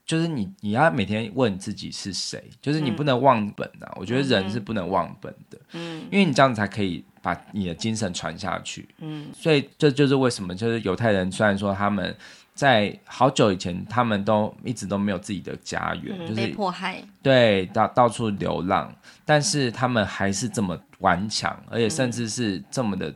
就是你你要每天问自己是谁，就是你嗯不能忘本啊。我觉得人是不能忘本的，嗯，因为你这样子才可以把你的精神传下去，嗯，所以这就是为什么就是犹太人虽然说他们。在好久以前，他们都一直都没有自己的家园，嗯就被是迫害，对到到处流浪，但是他们还是这么顽强，而且甚至是这么的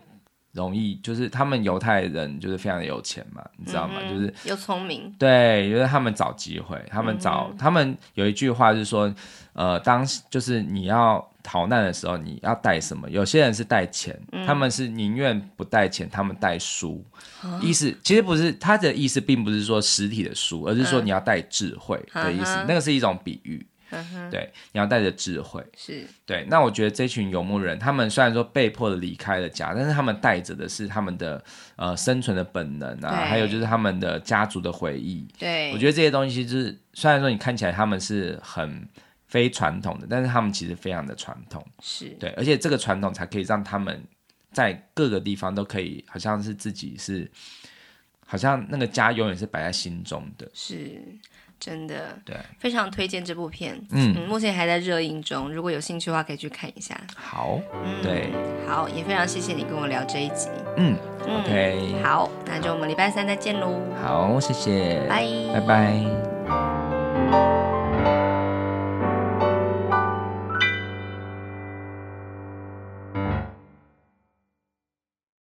容易，就是他们犹太人就是非常的有钱嘛，你知道吗？嗯就是又聪明，对，就是他们找机会，他们找、嗯他们有一句话是说，呃，当就是你要逃难的时候，你要带什么？有些人是带钱，嗯他们是宁愿不带钱，他们带书。啊意思其实不是他的意思，并不是说实体的书，而是说你要带智慧的意思。嗯那个是一种比喻，嗯哼，对，你要带着智慧。是对，那我觉得这群游牧人，他们虽然说被迫的离开了家，但是他们带着的是他们的呃生存的本能对啊，还有就是他们的家族的回忆。对，我觉得这些东西就是，虽然说你看起来他们是很非传统的，但是他们其实非常的传统，是对，而且这个传统才可以让他们在各个地方都可以，好像是自己是，好像那个家永远是摆在心中的，是真的，对，非常推荐这部片。嗯嗯，目前还在热映中，如果有兴趣的话可以去看一下。好，嗯，对，好，也非常谢谢你跟我聊这一集。嗯嗯，OK，好，那就我们礼拜三再见喽，好，谢谢，拜拜拜